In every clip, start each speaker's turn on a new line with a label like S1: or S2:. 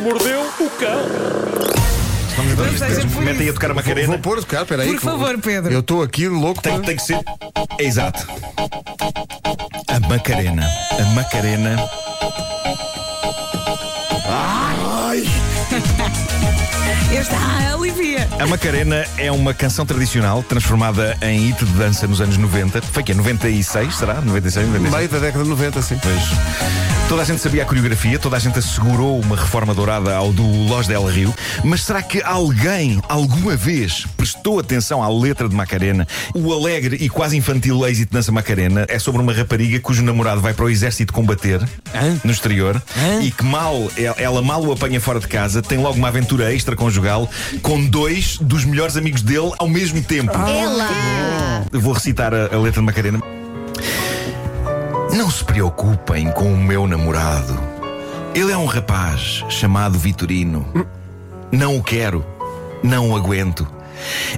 S1: mordeu o cão.
S2: Estamos dois,
S3: Não seja
S2: três.
S3: por
S2: Mete aí a
S3: isso.
S2: tocar a
S4: Vou,
S2: macarena.
S4: vou pôr, cara, peraí.
S3: Por
S4: que vou-
S3: favor, Pedro.
S4: Eu estou aqui louco
S2: Tem,
S4: para-
S2: tem que ser. É exato. A Macarena. A Macarena.
S3: Este, ah, alivia.
S2: A Macarena é uma canção tradicional transformada em hito de dança nos anos 90. Foi que é 96, será? 96, 96.
S4: Meio da década de 90, sim.
S2: Pois. Toda a gente sabia a coreografia, toda a gente assegurou uma reforma dourada ao do Los Del Rio, mas será que alguém, alguma vez, prestou atenção à letra de Macarena? O alegre e quase infantil êxito de dança Macarena é sobre uma rapariga cujo namorado vai para o exército combater no exterior e que mal, ela mal o apanha fora de casa, tem logo uma aventura extraconjugal com dois dos melhores amigos dele ao mesmo tempo.
S5: Ela!
S2: Vou recitar a, a letra de Macarena. Não se preocupem com o meu namorado. Ele é um rapaz chamado Vitorino. Não o quero, não o aguento.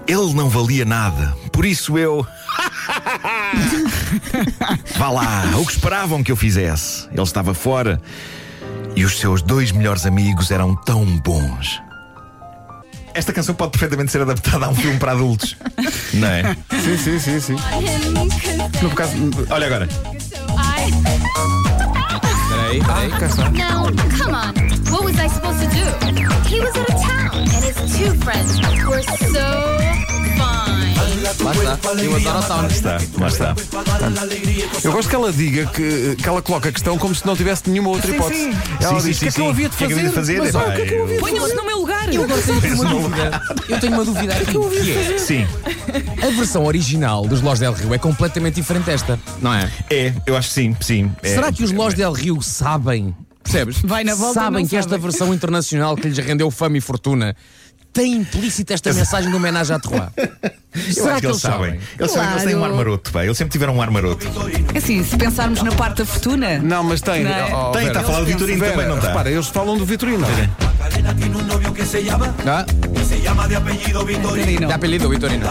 S2: Ele não valia nada, por isso eu. Vá lá, o que esperavam que eu fizesse? Ele estava fora e os seus dois melhores amigos eram tão bons. Esta canção pode perfeitamente ser adaptada a um filme para adultos, não é?
S4: Sim, sim, sim, sim. No caso,
S2: Olha agora.
S5: Ai,
S6: Peraí, peraí.
S5: no, come on. What was I supposed to do? He was out of town, and his two friends were so fine.
S6: Lá está. Eu adoro a sound.
S2: Está, lá está.
S4: eu gosto que ela diga que, que ela coloca a questão como se não tivesse nenhuma outra
S3: Sim,
S4: hipótese.
S3: sim.
S4: Ela
S2: Sim,
S4: diz:
S2: sim,
S4: o que é
S2: sim,
S4: que eu
S2: sim.
S4: havia de
S2: O que é que
S4: fazer?
S2: eu havia de fazer?
S4: Mas, ó, o que é que eu
S2: Epá,
S4: havia de
S3: Ponham-se no meu lugar.
S6: Eu agora tenho
S2: Penso
S6: uma
S2: no
S6: dúvida. Eu tenho uma dúvida aqui. que
S2: Sim,
S6: é, a versão original dos Los Del Rio é completamente diferente desta, não é?
S2: é, eu acho que sim, sim. é.
S6: Será que os Los Del Rio sabem? Percebes?
S3: Vai na volta,
S6: Sabem
S3: não
S6: que esta
S3: sabem.
S6: versão internacional que lhes rendeu fama e fortuna tem implícita esta mensagem de homenagem à Troá.
S2: Eu
S6: Será
S2: acho que eles sabem. Eles sabem que eles têm um ar
S3: Claro.
S2: maroto, pá. Eles sempre tiveram um ar maroto.
S3: É assim, se pensarmos na parte da fortuna.
S4: Não, mas tem.
S3: Não é?
S4: ó,
S2: Tem,
S4: Vera,
S2: está a falar do Vitorino
S4: Vera,
S2: também, não tá? está?
S4: Repara, eles falam do Vitorino.
S6: Ah,
S3: Vitorino.
S6: dá apelido, Vitorino.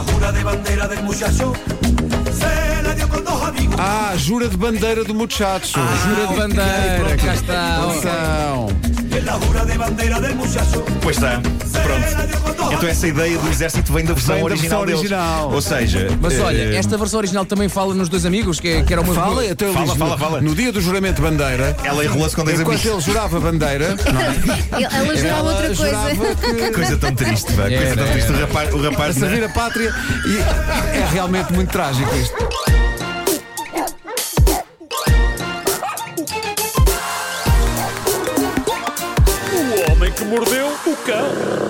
S4: Ah, jura de bandeira do Muchacho.
S6: Jura de bandeira, cá está.
S4: Atenção.
S2: Pois está. Pronto. Então essa ideia do exército vem da versão,
S4: Vem da
S2: original,
S4: versão
S2: deles.
S4: original.
S2: Ou seja.
S6: Mas
S2: eh,
S6: olha, esta versão original também fala nos dois amigos, que, que era uma
S4: Fala, até ele
S2: Fala,
S4: diz,
S2: fala,
S4: no-
S2: fala.
S4: No dia do juramento de bandeira,
S2: Ela enrolou-se com dois
S4: enquanto
S2: amigos.
S4: ele jurava bandeira, não é?
S5: Ele- Ela jurava
S4: ela
S5: outra coisa.
S4: jurava que
S2: Coisa tão triste, pá. Coisa
S6: Era,
S2: tão triste. O rapaz. O
S4: para
S2: rapaz né?
S4: servir a pátria e é realmente muito trágico isto.
S1: O homem que mordeu o cão.